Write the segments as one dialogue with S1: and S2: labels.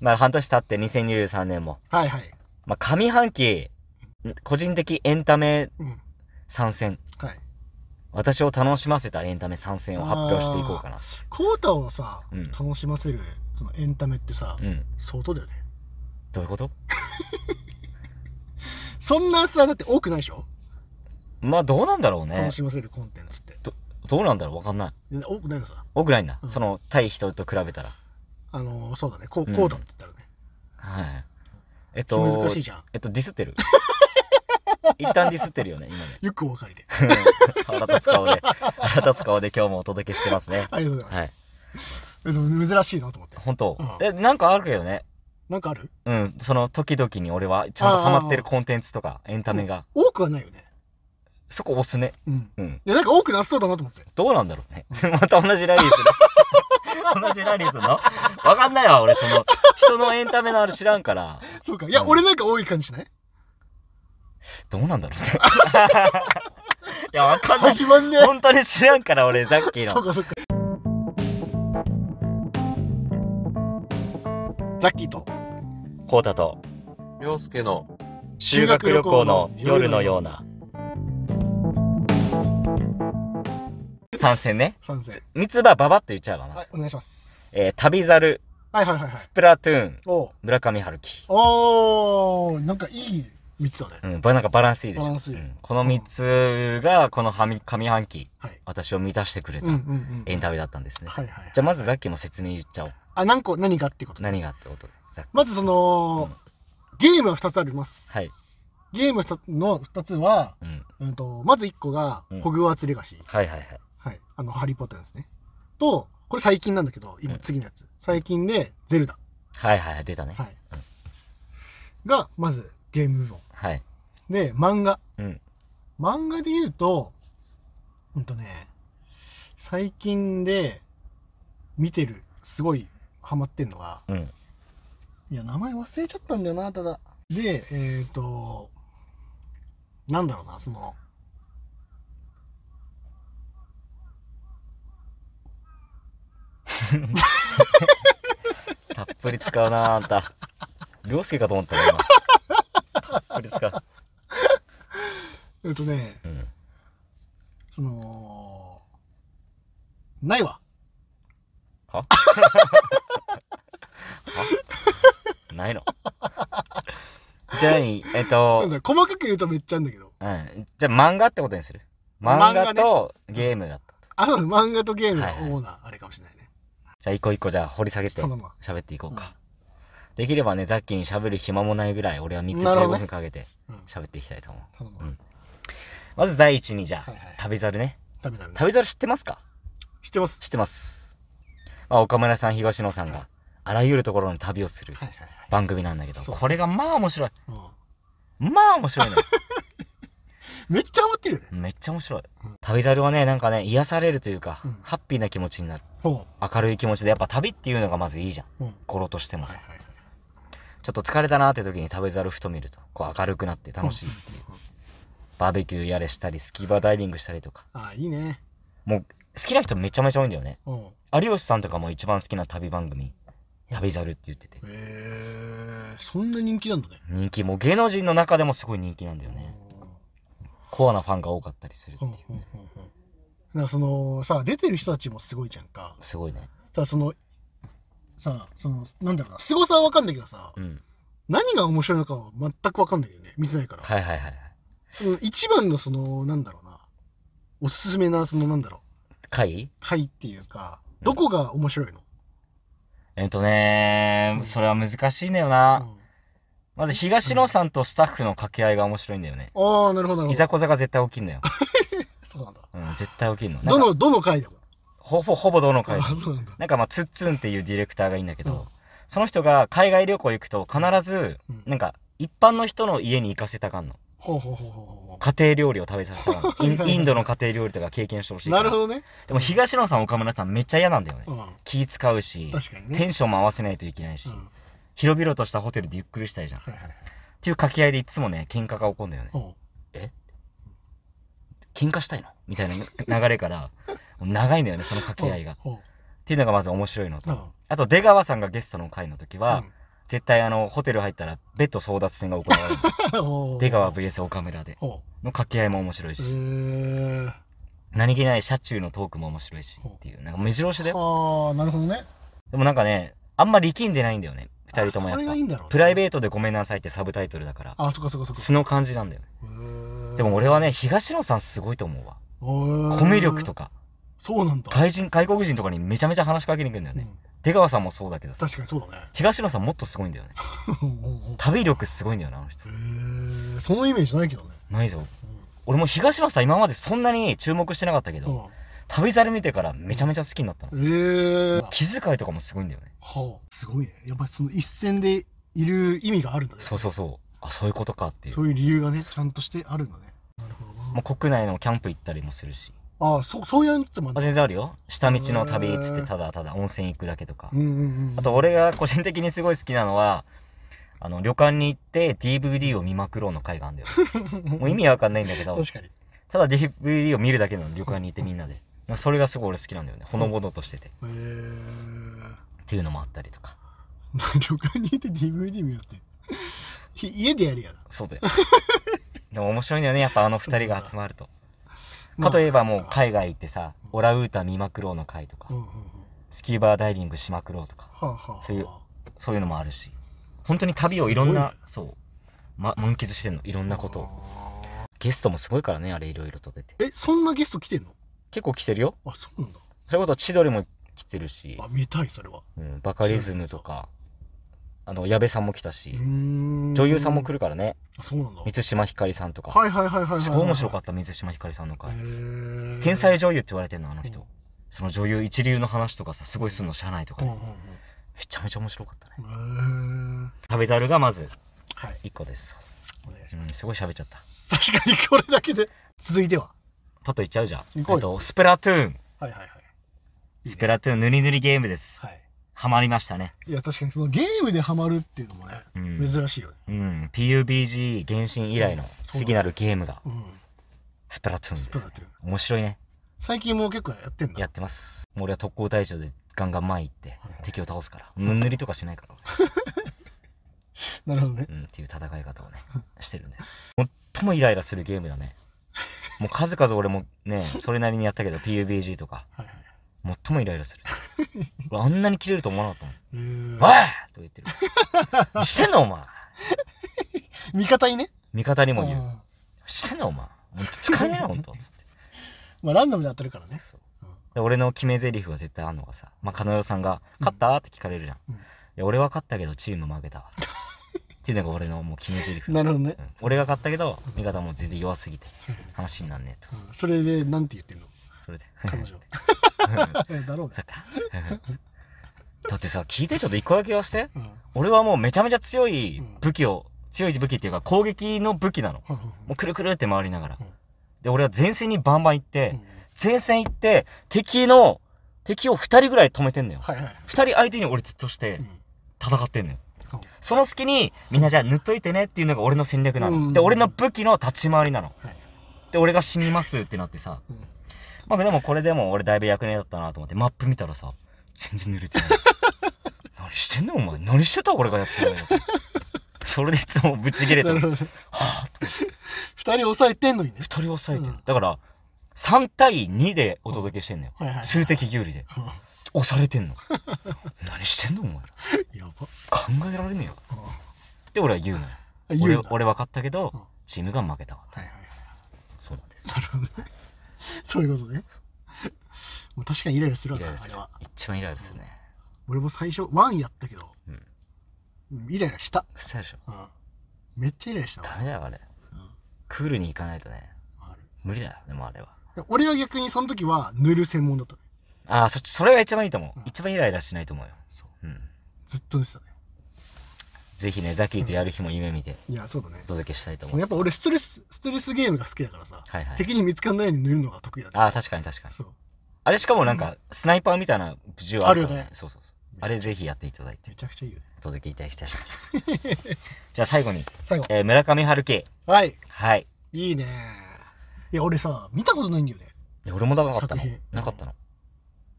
S1: まあ半年経って2023年も。
S2: はいはい。
S1: まあ上半期、個人的エンタメ
S2: うん。
S1: 参戦。
S2: はい。
S1: 私を楽しませたエンタメ参戦を発表していこうかな。
S2: コータをさ、
S1: うん
S2: 楽しませる、そのエンタメってさ、
S1: うん。
S2: 相当だよね。
S1: どういうこと
S2: そんなさ、だって多くないでしょ、
S1: まあどうなんだろうね
S2: 楽。しませるコンテンツって。
S1: どうなんだろうわかんない。
S2: 多くないのさ。
S1: 多くないんだ。
S2: うん
S1: その対人と比べたら。
S2: あのー、そうだね。こ
S1: う
S2: うんコータって言ったらね。
S1: はい。えっ
S2: 気
S1: と、
S2: 難しいじゃん。
S1: えっと、ディスってる。 一旦ディスってるよね、 今ね。
S2: よくお分かりで。
S1: 腹立つ顔で、腹立つ顔で今日もお届けしてますね。
S2: ありがとうございます。
S1: はい。
S2: でも珍しいなと思って。
S1: 本当
S2: うん。
S1: え、なんかあるけどね。
S2: なんかある
S1: うん、その時々に俺はちゃんとハマってるコンテンツとか、エンタメが。
S2: 多くはないよね。
S1: そこ押すね。
S2: うん。
S1: うん。
S2: いや、なんか多くなさそうだなと思って。
S1: どうなんだろうね。 また同じラリーする。 同じラリーするのわかんないわ、俺、その、人のエンタメのあれ知らんから。
S2: そうか。いや、
S1: うん
S2: 俺なんか多い感じしない
S1: どうなんだろうね。 いや、わかんない。
S2: 始まんね え。
S1: 本当に知らんから、俺、ザッキー
S2: そ
S1: の
S2: う。かそうか。ザッキーと。
S1: コータと
S3: 洋介の
S1: 修学旅行の夜のような参戦ね
S2: 参戦。
S1: 三つ葉ババって言っちゃうわま
S2: はい
S1: ず、、
S2: お願いします。
S1: えー、旅猿
S2: はいはいはいはい
S1: ス。プラトゥーン
S2: おう
S1: 村上春樹
S2: おー、なんかいい3つだね。
S1: うん、ばなんかバランスいいでしょ、
S2: バ
S1: う
S2: ランスいい
S1: ん、この三つがこのはみ上半期
S2: はい。
S1: 私を満たしてくれ
S2: うんうん
S1: た
S2: うん。
S1: エンタメだったんですね、
S2: はいはい。
S1: じゃあまずザッキーも説明言っちゃおう
S2: あ、何個、何がってこと
S1: 何がってことでザッキー
S2: まずその、ゲームは2つあります。
S1: はい、
S2: ゲーム2つの2つは、
S1: うん、
S2: うんと、まず1個が
S1: うん、
S2: ホグワーツレガシー。
S1: はいはいはい
S2: はい。あの、ハリーポッターですね。と、これ最近なんだけど、
S1: う
S2: 今
S1: ん
S2: 次のやつ。最近で、ゼルダ。
S1: はいはいはい出たね
S2: はい。が、まず、ゲーム部門。
S1: はい
S2: で、漫画。
S1: うん
S2: 漫画で言うと、うんとね、最近で、見てる、すごい、ハマってんのが、
S1: うん
S2: いや、名前忘れちゃったんだよな、ただ。で、えっ、ー、と、なんだろうな、その、
S1: たっぷり使うなああんた涼介かと思ったよ今たっぷり使う
S2: えっ、とね、
S1: うん
S2: その、ないわ。
S1: ははないのじゃあいいえっ
S2: な
S1: と
S2: ん、だ細かく言うとめっちゃあるんだけど。
S1: うん、じゃあ漫画ってことにする漫
S2: 漫画ね
S1: 画とゲームだった、
S2: あの、漫画とゲーム
S1: はいはい
S2: のオーナー、あれかもしれないね。
S1: じゃあ一個一個じゃあ掘り下げて
S2: 頼むわ。
S1: 喋っていこうか、できればねザッキーに喋る暇もないぐらい俺は3つ
S2: なるほ
S1: 15
S2: どね
S1: 分かけて
S2: うん、
S1: 喋っていきたいと思う
S2: 頼むわ。
S1: うんまず第一にじゃあ、
S2: はいはい
S1: 旅猿ね
S2: 食べたらね。
S1: 旅猿知ってますか
S2: 知ってます。
S1: 知ってます、まあ、岡村さん東野さんがあらゆるところの旅をする
S2: はいはいはい。
S1: 番組なんだけど
S2: そう
S1: これがまあ面白い
S2: うん
S1: まあ面白いの よ
S2: めっちゃハマってるよね。
S1: めっちゃ面白い
S2: うん
S1: 旅猿はねなんかね癒されるというか、
S2: うん
S1: ハッピーな気持ちになる
S2: ほ
S1: 明るい気持ちでやっぱ旅っていうのがまずいいじゃん
S2: う。うん。はい
S1: 心としてもさ
S2: はいはい。
S1: ちょっと疲れたなーって時に旅猿ふと見るとこう明るくなって楽しい、
S2: うんうんうん
S1: バーベキューやれしたりスキーバーダイビングしたりとか
S2: ああ、いいね。
S1: もう好きな人めちゃめちゃ多いんだよね
S2: うん。へ
S1: 有吉さんとかも一番好きな旅番組旅猿って言ってて
S2: えー、そんな人気なんだね。
S1: 人気もう芸能人の中でもすごい人気なんだよねコアなファンが多かったりするって
S2: う
S1: い
S2: んうん
S1: う
S2: うんうんなんかそのさ出てる人たちもすごいじゃんか
S1: すごいね
S2: ただそのさそのなんだろうなすごさは分かんないけどさ、
S1: うん
S2: 何が面白いのかは全く分かんないよね見てないから、
S1: はいはいはいはい
S2: うん一番のそのなんだろうなおすすめなそのなんだろう
S1: 回
S2: 回っていうか
S1: うん
S2: どこが面白いの、
S1: えっとねーそれは難しいんだよな、
S2: うん
S1: まず東野さんとスタッフの掛け合いが面白いんだよね。
S2: ああなるほど
S1: い
S2: なるほど
S1: ざこざが絶対起きんだよ。
S2: そうなんだ
S1: うん、絶対起きんの。な
S2: ど
S1: んか
S2: のどの回でも、
S1: ほぼ、ほぼどの
S2: あ
S1: 回
S2: あそうなんだ
S1: なんかまあ、ツッツンっていうディレクターがいいんだけど、
S2: うん
S1: その人が海外旅行行くと必ず、
S2: うん
S1: なんか、一般の人の家に行かせたがんの。
S2: ほうほうほうほうほ
S1: 家庭料理を食べさせたが んの。インインドの家庭料理とか経験してほし
S2: う
S1: いから。
S2: なるほどね、
S1: でも東野さん、岡村さんめっちゃ嫌なんだよね。
S2: うん、
S1: 気使うし、
S2: 確かに
S1: テ
S2: ね、
S1: ンションも合わせないといけないし、
S2: うん、はい
S1: 広々としたホテルでゆっくりしたいじゃん。っ
S2: はいはい
S1: ていう掛け合いでいつもね、喧嘩が起こるんだよね。
S2: うん
S1: 喧嘩したいのみたいな流れから、もう長いんだよね、その掛け合いが。っ
S2: ほう
S1: ていうのがまず面白いの
S2: ほう
S1: と。あと、出川さんがゲストの回の時は、
S2: うん
S1: 絶対あの、ホテル入ったら、ベッド争奪戦が行われる。
S2: おー
S1: 出川 VS 岡村で。
S2: ほ。
S1: の掛け合いも面白いう
S2: え
S1: し、
S2: ー、あ
S1: 何気ない車中のトークも面白いし、っていう。なんか目白押しだよ。
S2: ー、なるほどね。
S1: でもなんかね、あんま力んでないんだよね。二人ともや
S2: あそ
S1: っ
S2: れ
S1: ぱ
S2: がいい。んだろうね、
S1: プライベートでごめんなさいってサブタイトルだから、
S2: あ、そっかそっかそっか。
S1: 素の感じなんだよね。でも俺はね、東野さんすごいと思うわ。コ
S2: コ
S1: ミュ力とか、
S2: そうなんだ、
S1: 外人、外国人とかにめちゃめちゃ話しかけに行くんだよ
S2: う
S1: ね。
S2: ん
S1: 出川さんもそうだけどさ、
S2: 確かにそうだね
S1: 東野さんもっとすごいんだよね。旅力すごいんだよな、あの人
S2: へ。ーそのイメージないけどね
S1: ないぞ。俺も東野さん今までそんなに注目してなかったけ
S2: うん
S1: ど、旅猿見てからめちゃめちゃ好きになったの。
S2: えー、
S1: 気遣いとかもすごいんだよね。
S2: はあ、すごいねやっぱりその一線でいる意味があるんだね
S1: そうそうそう。あ、そういうことかっていう。
S2: そういう理由がねちゃんとしてあるんだねなるほどな
S1: もう国内のキャンプ行ったりもするし。
S2: ああそうそういうのってもあ
S1: あ
S2: る
S1: 全然あるよ。下道の旅っつってただただ温泉行くだけとか
S2: う。んうんうん
S1: あと俺が個人的にすごい好きなのは、あの、旅館に行って DVD を見まくろうの回があるんだよ。 もう意味わかんないんだけど、
S2: 確かに
S1: ただ DVD を見るだけなの、旅館に行ってみんなで。それがすごい俺好きなんだよね。ほのぼのとしてて。
S2: えー、
S1: っていうのもあったりとか。
S2: 旅館に行って DVD 見ようってひ家でやるやな
S1: そうだよ。 でも面白いんだよね、やっぱあの二人が集まると。
S2: ま
S1: か
S2: あ
S1: といえばもう海外行ってさ、オランウータン見まくろうの会とか
S2: うん、うんうんは
S1: スキューバーダイビングしまくろうとか、
S2: あはあはあ
S1: そういうそういうのもあるし、本当に旅をいろんな
S2: す、
S1: そう、ま、満喫してんの、いろんなことを。ゲストもすごいからね、あれいろいろと出て。
S2: えそんなゲスト来てんの
S1: 結構来てるよ。
S2: あそうなんだ
S1: それこそ千鳥も来てるし
S2: あ、見たいそれは
S1: うん、バカリズムとか、あの、矢部さんも来たし、
S2: 女
S1: 女優さんも来るからね、
S2: あそうなんだ
S1: 満島ひかりさんとか。
S2: はいはいはいはいはい
S1: すごい面白か
S2: っ
S1: った、水島ひかりさんの回。
S2: た
S1: 天才女優って言われてんの、あの
S2: うん
S1: 人。その女優一流の話とかさ、すごいすんの、社内とか
S2: うん
S1: で。
S2: うん
S1: めちゃめちゃ面白かったね。
S2: うんへー
S1: 食べざるがまず
S2: はい
S1: 1個です。
S2: お願いし
S1: う
S2: ま
S1: ん、すごい喋っちゃった。
S2: す確かにこれだけで続いては
S1: パッといっちゃうじゃん。え
S2: 行
S1: っ
S2: こうよ
S1: と、スプラトゥーン。
S2: はいはいはいいいね
S1: スプラトゥーン、ぬりぬりゲームです
S2: は。い
S1: ハマりましたね。
S2: いや確かにそのゲームでハマるっていうのもね
S1: うん
S2: 珍しいよね
S1: うん。PUBG 原神以来の次なるゲームが、
S2: うん
S1: スプラトゥーン
S2: スプ
S1: で
S2: ラ
S1: す。
S2: トゥーン
S1: 面白いね。
S2: 最近もう結構やってん
S1: や
S2: だ
S1: ってます。もう俺は特攻隊長でガンガン前行って
S2: はいはい、
S1: 敵を倒すから。ぬ塗りとかしないから。
S2: なるほどね
S1: うん、っていう戦い方をね、 してるんです。最もイライラするゲームだね。もう数々俺も ね、それなりにやったけど、PUBG とか、
S2: はいはい
S1: 最もイライラす る。俺あんなに切れると思わなかったもん。
S2: えー
S1: おいとか言ってる。何してんのお前
S2: 味方にね
S1: 味方にも言う。
S2: あ
S1: してんのお前ほんと使えねえな、ほんと。つって。
S2: ーまあランダムで当たるからね
S1: そう
S2: うん
S1: で俺の決め台詞は絶対あんのがさ、まあ、金代さんが「勝った?」って聞かれるじゃん、
S2: うん
S1: いや俺は勝ったけどチーム負けたわっていうのが俺のもう決め台詞、
S2: なるほどね
S1: うん俺が勝ったけど味方も全然弱すぎて話になんねえと
S2: うんそれでなんて言ってんの
S1: それで
S2: 彼女 だろうね
S1: そっか だってさ聞いてちょっと一個だけ言わせて
S2: うんは
S1: 俺はもうめちゃめちゃ強い武器を、強い武器っていうか攻撃の武器なの
S2: あはあは
S1: もうくるくるって回りながら、
S2: うん
S1: で俺は前線にバンバン行って、
S2: あうん
S1: 前線行って敵の敵を2人ぐらい止めてんのよ
S2: はいはい
S1: 2人相手に俺ずっとして戦ってんのよ
S2: うん
S1: その隙にみんなじゃあ塗っといてねっていうのが俺の戦略なの、
S2: うん
S1: で俺の武器の立ち回りなの
S2: はい
S1: で俺が死にますってなってさ
S2: うん
S1: まあでもこれでも俺だいぶ役に立ったなと思ってマップ見たらさ全然濡れて ない何してんのお前何してた俺がやってるのよそれでいつもブチ切れた
S2: な
S1: の2
S2: るほどね。二人抑えてんのにね。
S1: 人抑えてる、
S2: うん
S1: だから3対2でお届けしてんのよ、
S2: はいはい。
S1: 数的有利で押されてん の何してんのお前ら
S2: やば。
S1: 考えられねえよ
S2: うん
S1: って俺は言うのよ
S2: あ言うな
S1: 俺俺分かったけど、
S2: うん
S1: チームが負けたわ
S2: はいはい。
S1: そうなんです
S2: なるほどね。そういうことね。もう確かにイライラするわ
S1: イライ
S2: な、
S1: ラ
S2: あ
S1: す
S2: れ
S1: る
S2: は。
S1: 一番イライラするね
S2: 俺も最初、ワンやったけど、
S1: うん
S2: イライラした。
S1: そうでしょ
S2: うんめっちゃイライラしたわ
S1: ダメだよあれ、クールにいかないとね
S2: あれ
S1: 無理だよでもあれは
S2: 俺は逆にその時は塗る専門だったね。
S1: ああそっちそれが一番いいと思う、
S2: うん
S1: 一番イライラしないと思うよ
S2: そう
S1: うん
S2: ずっと塗ってたね。
S1: ぜひねザキーとやる日も夢見て
S2: いや、そうだね
S1: お。届けしたいと
S2: そ
S1: 思
S2: の
S1: う、
S2: やっぱ俺ストレス、ストレスゲームが好きだからさ、
S1: はいはい
S2: 敵に見つかんないように塗るのが得意だね。
S1: ああ確かに確かに
S2: そう。
S1: あれしかもなんか、スナイパーみたいな銃あるから、
S2: あるよね
S1: そうそうそうあれぜひやっていただいて
S2: めちゃくちゃいいよね。
S1: お届けいたしま しょうじゃあ最後に、
S2: 最後。
S1: えー村上春樹
S2: はい。
S1: はい
S2: いいねいや俺さ見たことないんだよね
S1: いや俺もなかったの
S2: 作品
S1: なかったの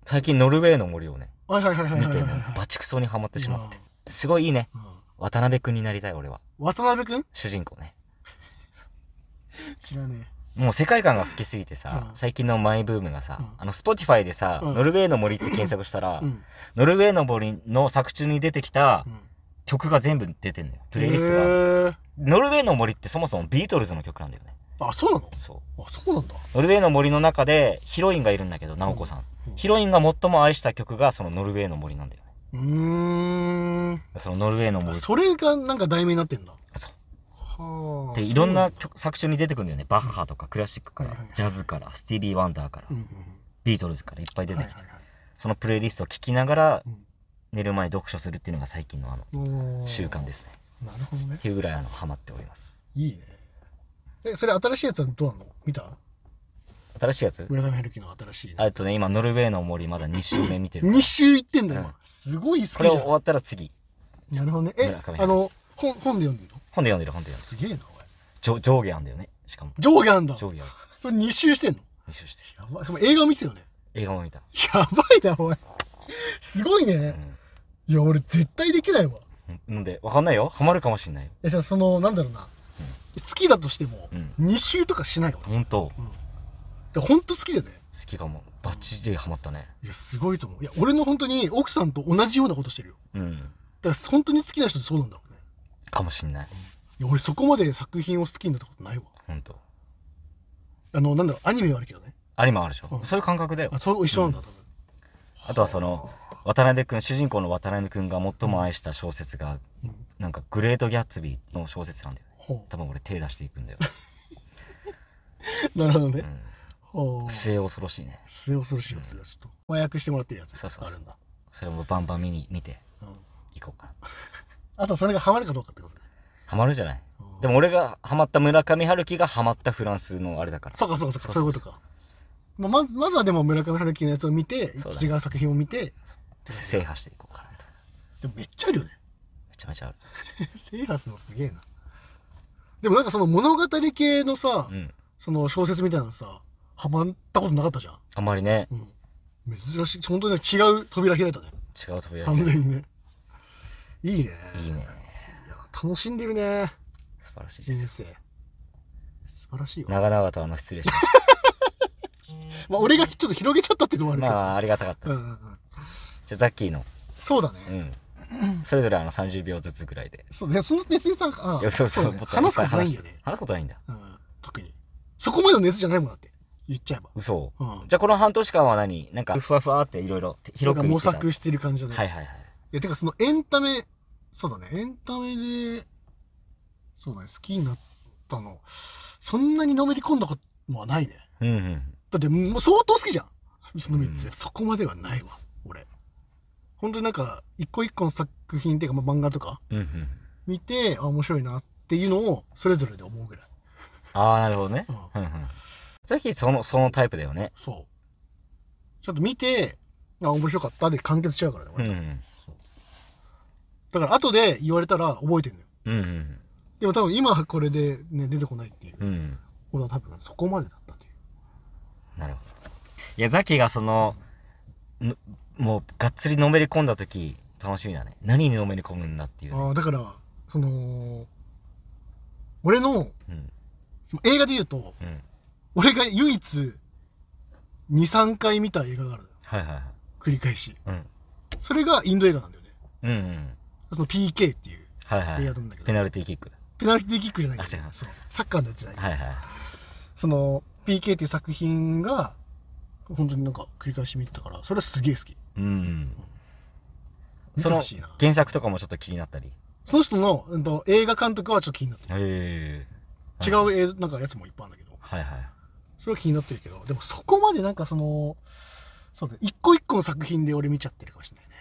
S1: 最近ノルウェーの森をね
S2: はいはいはいはい
S1: 見
S2: はい
S1: て
S2: はい
S1: も
S2: は
S1: うバチクソにはまって
S2: い
S1: しまっ
S2: いや
S1: てすごいいいね
S2: ーうん
S1: 渡辺くんになりたい俺は
S2: 渡辺くん
S1: 主人公ね
S2: 知らね
S1: もう世界観が好きすぎてさ、
S2: うん
S1: 最近のマイブームがさ、
S2: うん
S1: あの Spotify でさ、
S2: うん
S1: ノルウェーの森」って検索したら、
S2: え。うん。
S1: ノルウェーの森の作中に出てきた
S2: うん
S1: 曲が全部出てんのよプレイリストが、
S2: へー
S1: ノルウェーの森ってそもそもビートルズの曲なんだよね
S2: あ、そうなの
S1: そう
S2: あ、そうなんだ。
S1: ノルウェーの森の中でヒロインがいるんだけど直子さん、
S2: うん
S1: ヒロインが最も愛した曲がそのノルウェーの森なんだよね
S2: うーん。
S1: そのノルウェーの森
S2: それがなんか題名になってんだ。
S1: そう
S2: はあ。
S1: でいろんな
S2: そ
S1: 曲作中に出てくるんだよねバッハとかクラシックから、
S2: はいはいはい
S1: ジャズからスティービー・ワンダーから、
S2: うなんだ。
S1: ビートルズからいっぱい出
S2: うんうんうん。
S1: て
S2: は
S1: き
S2: い
S1: て、
S2: はいはい
S1: そのプレイリストを聴きながら
S2: うん
S1: 寝る前に読書するっていうのが最近のあの
S2: おー
S1: 習慣ですね
S2: なるほどね
S1: っていうぐらいあのハマっております
S2: いいねえそれ新しいやつはどうなの見た
S1: 新しいやつ
S2: 村上春樹の新しい
S1: あとね今ノルウェーの森まだ2週目見てるから
S2: 2週いってんだ
S1: うん
S2: 今すごい好
S1: これ
S2: きじ
S1: 終
S2: ゃ
S1: わったら次
S2: んなるほどねえ
S1: 村上春樹
S2: あの本本で読んでるの
S1: 本で読んでる本で読んです
S2: げえなおい
S1: る上上下あんだよねしかも
S2: 上下なんだ
S1: 上下ある
S2: それ2周してんの
S1: 2週してる
S2: やばいその映画見てたよね
S1: 映画も見た
S2: やばいなおいすごいねいや俺絶対できないわ
S1: うんなんでわかんないよハマるかもしんないよ
S2: えじゃあそのなんだろうな好きだとしても
S1: うん
S2: 2周とかしないわ
S1: 本当好
S2: でほんと好きでね
S1: きかもバッチリハマったね
S2: いやすごいと思ういや俺の本当に奥さんと同じようなことしてるよ
S1: うん
S2: だから本当に好きな人ってそうなんだろうね
S1: かもしんない
S2: いや俺そこまで作品を好きになったことないわ
S1: 本当
S2: あのなんだろうアニメはあるけどね
S1: あれもあるでしょ
S2: うん
S1: そういう感覚だよ
S2: あそう一緒なんだ、多分
S1: あとはその渡辺君主人公の渡辺君が最も愛した小説が
S2: うん
S1: なんかグレート・ギャッツビーの小説なんだよね
S2: ほ
S1: 多分俺手出していくん だよ、
S2: う なるほどね、
S1: うん、
S2: ほう
S1: 末恐ろしいね
S2: 末恐ろしいやつがちょっと和訳してもらってるやつ
S1: そうそうそう
S2: あるんだ、
S1: それもバンバン見に見て
S2: うん、
S1: いこうかな
S2: あとはそれがハマるかどうかってことね
S1: ハマるじゃない
S2: うん
S1: でも俺がハマった村上春樹がハマったフランスのあれだから
S2: そうかそうかそ
S1: そ
S2: うかそう
S1: そうう
S2: いうことかまあ、まずまずはでも村上春樹のやつを見て、
S1: そうだね
S2: 違う作品を見て
S1: 制覇していこうかなと
S2: でもめっちゃあるよね
S1: めちゃめちゃある
S2: 制覇するのすげえなでもなんかその物語系のさ、
S1: うん
S2: その小説みたいなのさハマったことなかったじゃん
S1: あんまりね
S2: うん、珍しい本当に違う扉開いたね
S1: 違う扉
S2: 完
S1: に
S2: 全にねいいね
S1: いいね
S2: いや楽しんでるね
S1: 素晴らしいで
S2: 人
S1: すよ
S2: 生素晴らしいわ、
S1: 長々とあの失礼しまし
S2: まあ、俺がちょっと広げちゃったっていうのもあ
S1: た
S2: るけ
S1: ま
S2: ど、
S1: あありがたかった
S2: うんうんうん、
S1: じゃあザッキーの
S2: そうだ
S1: う
S2: ね、
S1: んそれぞれあの30秒ずつぐらいで
S2: そうねその別にさあ
S1: いやそうそう
S2: ね
S1: もっと
S2: 話すことないん
S1: い
S2: だ
S1: っ
S2: よ
S1: ぱい
S2: ね、
S1: 話すことないんだ
S2: うん、特にそこまでの熱じゃないもんだって言っちゃえば、
S1: 嘘
S2: うん、
S1: じゃあこの半年間は何なんかふわふわっていろいろ広
S2: なん
S1: く
S2: か
S1: 見
S2: 模
S1: てた
S2: 索してる感じだね、、
S1: はいいはいはい
S2: やてかそのエンタメそうだねエンタメでそうだね好きになったのそんなにのめり込んだことはないね
S1: うんうん
S2: だってもう相当好きじゃんその3つ、
S1: うん
S2: そこまではないわ俺本当になんか一個一個の作品っていうか、まあ、漫画とか
S1: うんうん
S2: 見てあ面白いなっていうのをそれぞれで思うぐらい、
S1: ああなるほどね
S2: うん、
S1: うんうんザッキーそのそのタイプだよね
S2: そうちょっと見てあ面白かったで完結しちゃうからね
S1: う
S2: 俺、
S1: んうん
S2: だから後で言われたら覚えてるのよ
S1: うんうん
S2: でも多分今これでね出てこないっていう
S1: うん
S2: ことは多分そこまでだったという
S1: なるほどいやザキがそののもうがっつりのめり込んだ時楽しみだね何にのめり込むんだっていうね、
S2: あーだからその俺
S1: う
S2: の
S1: ん
S2: その映画で言うと、
S1: うん
S2: 俺が唯一23回見た映画があるのよ
S1: はいはいはい
S2: 繰り返し
S1: うん
S2: それがインド映画なんだよね
S1: うんうん
S2: その PK っていう
S1: はいは
S2: 映
S1: い
S2: 画なんだけど
S1: ペナルティーキック
S2: ペナルティーキックじゃないけど
S1: あ違う
S2: そうサッカーのやつじゃない、
S1: はいはい
S2: その PK っていう作品が本当になんか繰り返し見てたからそれはすげえ好き
S1: うんうんそ
S2: 見てほ
S1: の
S2: しいなそ
S1: 原作とかもちょっと気になったり
S2: の人の、うんと、映画監督はちょっと気になって
S1: へえ
S2: る違う映なんかやつもいっぱいあるんだけど
S1: はいはい
S2: それは気になってるけどでもそこまでなんかそのそうね一個一個の作品で俺見ちゃってるかもしれないね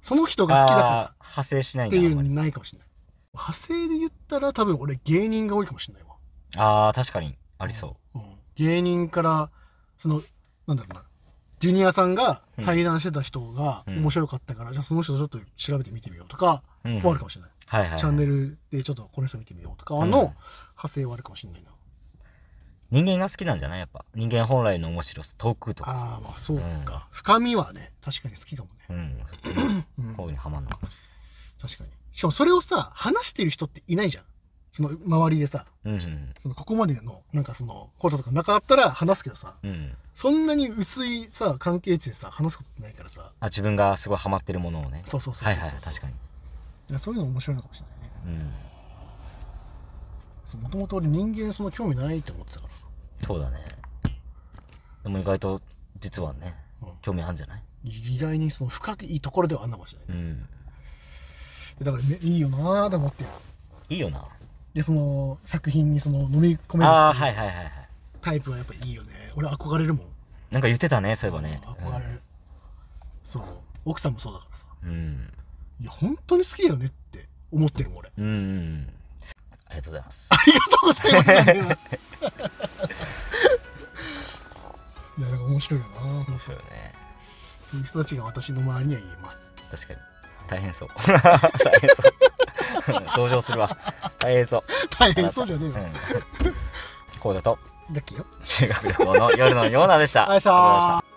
S2: その人が好きだから
S1: あー派生しないん
S2: って
S1: だ
S2: い
S1: あん
S2: う
S1: ま
S2: の
S1: り
S2: ないかもしれない派生で言ったら多分俺芸人が多いかもしれないわ、
S1: あー確かにありそう
S2: ん、芸人からそのなんだろうなジュニアさんが対談してた人が
S1: うん
S2: 面白かったから、じゃあその人ちょっと調べてみてみようとか
S1: う、うん、
S2: はあるかもしれない、
S1: はいはいはい
S2: チャンネルでちょっとこの人見てみようとかの
S1: うん
S2: 派生はあるかもしれないな、
S1: 人間が好きなんじゃないやっぱ人間本来の面白さ遠くとか
S2: ああまあそうか、深みはね確かに好きかもね
S1: うんそっちの
S2: うん
S1: 方にはまんのかもし
S2: 確かにしかもそれをさ、話してる人っていないじゃん。その周りでさ、
S1: うんうん
S2: そのここまでの、なんかその、こととかなかったら話すけどさ、
S1: うん
S2: そんなに薄いさ、関係値でさ、話すことってないからさ、
S1: あ自分がすごいハマってるものをね
S2: そうそうそうそうそう
S1: はいはい確かに
S2: いやそういうの面白いのかもしれないね。
S1: うん
S2: もともと俺人間その興味ないって思ってたか
S1: そうだねでも意外と実はね
S2: ら、うん
S1: 興味あるんじゃない
S2: 意外にその深くいいところではあんなかもしれない。
S1: うん
S2: だからね、いいよなーと思ってる。
S1: いいよな
S2: で、その作品にその飲み込める
S1: ああ
S2: って
S1: はいいうはいはいはい
S2: タイプはやっぱいいよね。俺憧れるもん。
S1: なんか言ってたねそういえばね
S2: うん憧れる。そう。奥さんもそうだからさ。
S1: うん
S2: いや、本当に好きだよねって思ってるもん俺。
S1: うんうんありがとうございます
S2: ありがとうございます。それはいや、だから面白いよな面
S1: そ
S2: 白
S1: う
S2: い。
S1: よね
S2: そういう人たちが私の周りには言えます。
S1: 確かに大変そう 大変そう 同情するわ大変そう
S2: 大変そうじゃねえ
S1: う
S2: よ。
S1: ん、こうだと
S2: だっけよ。
S1: 修学旅行の夜のようなでした。
S2: よいしょー
S1: ありがとうございました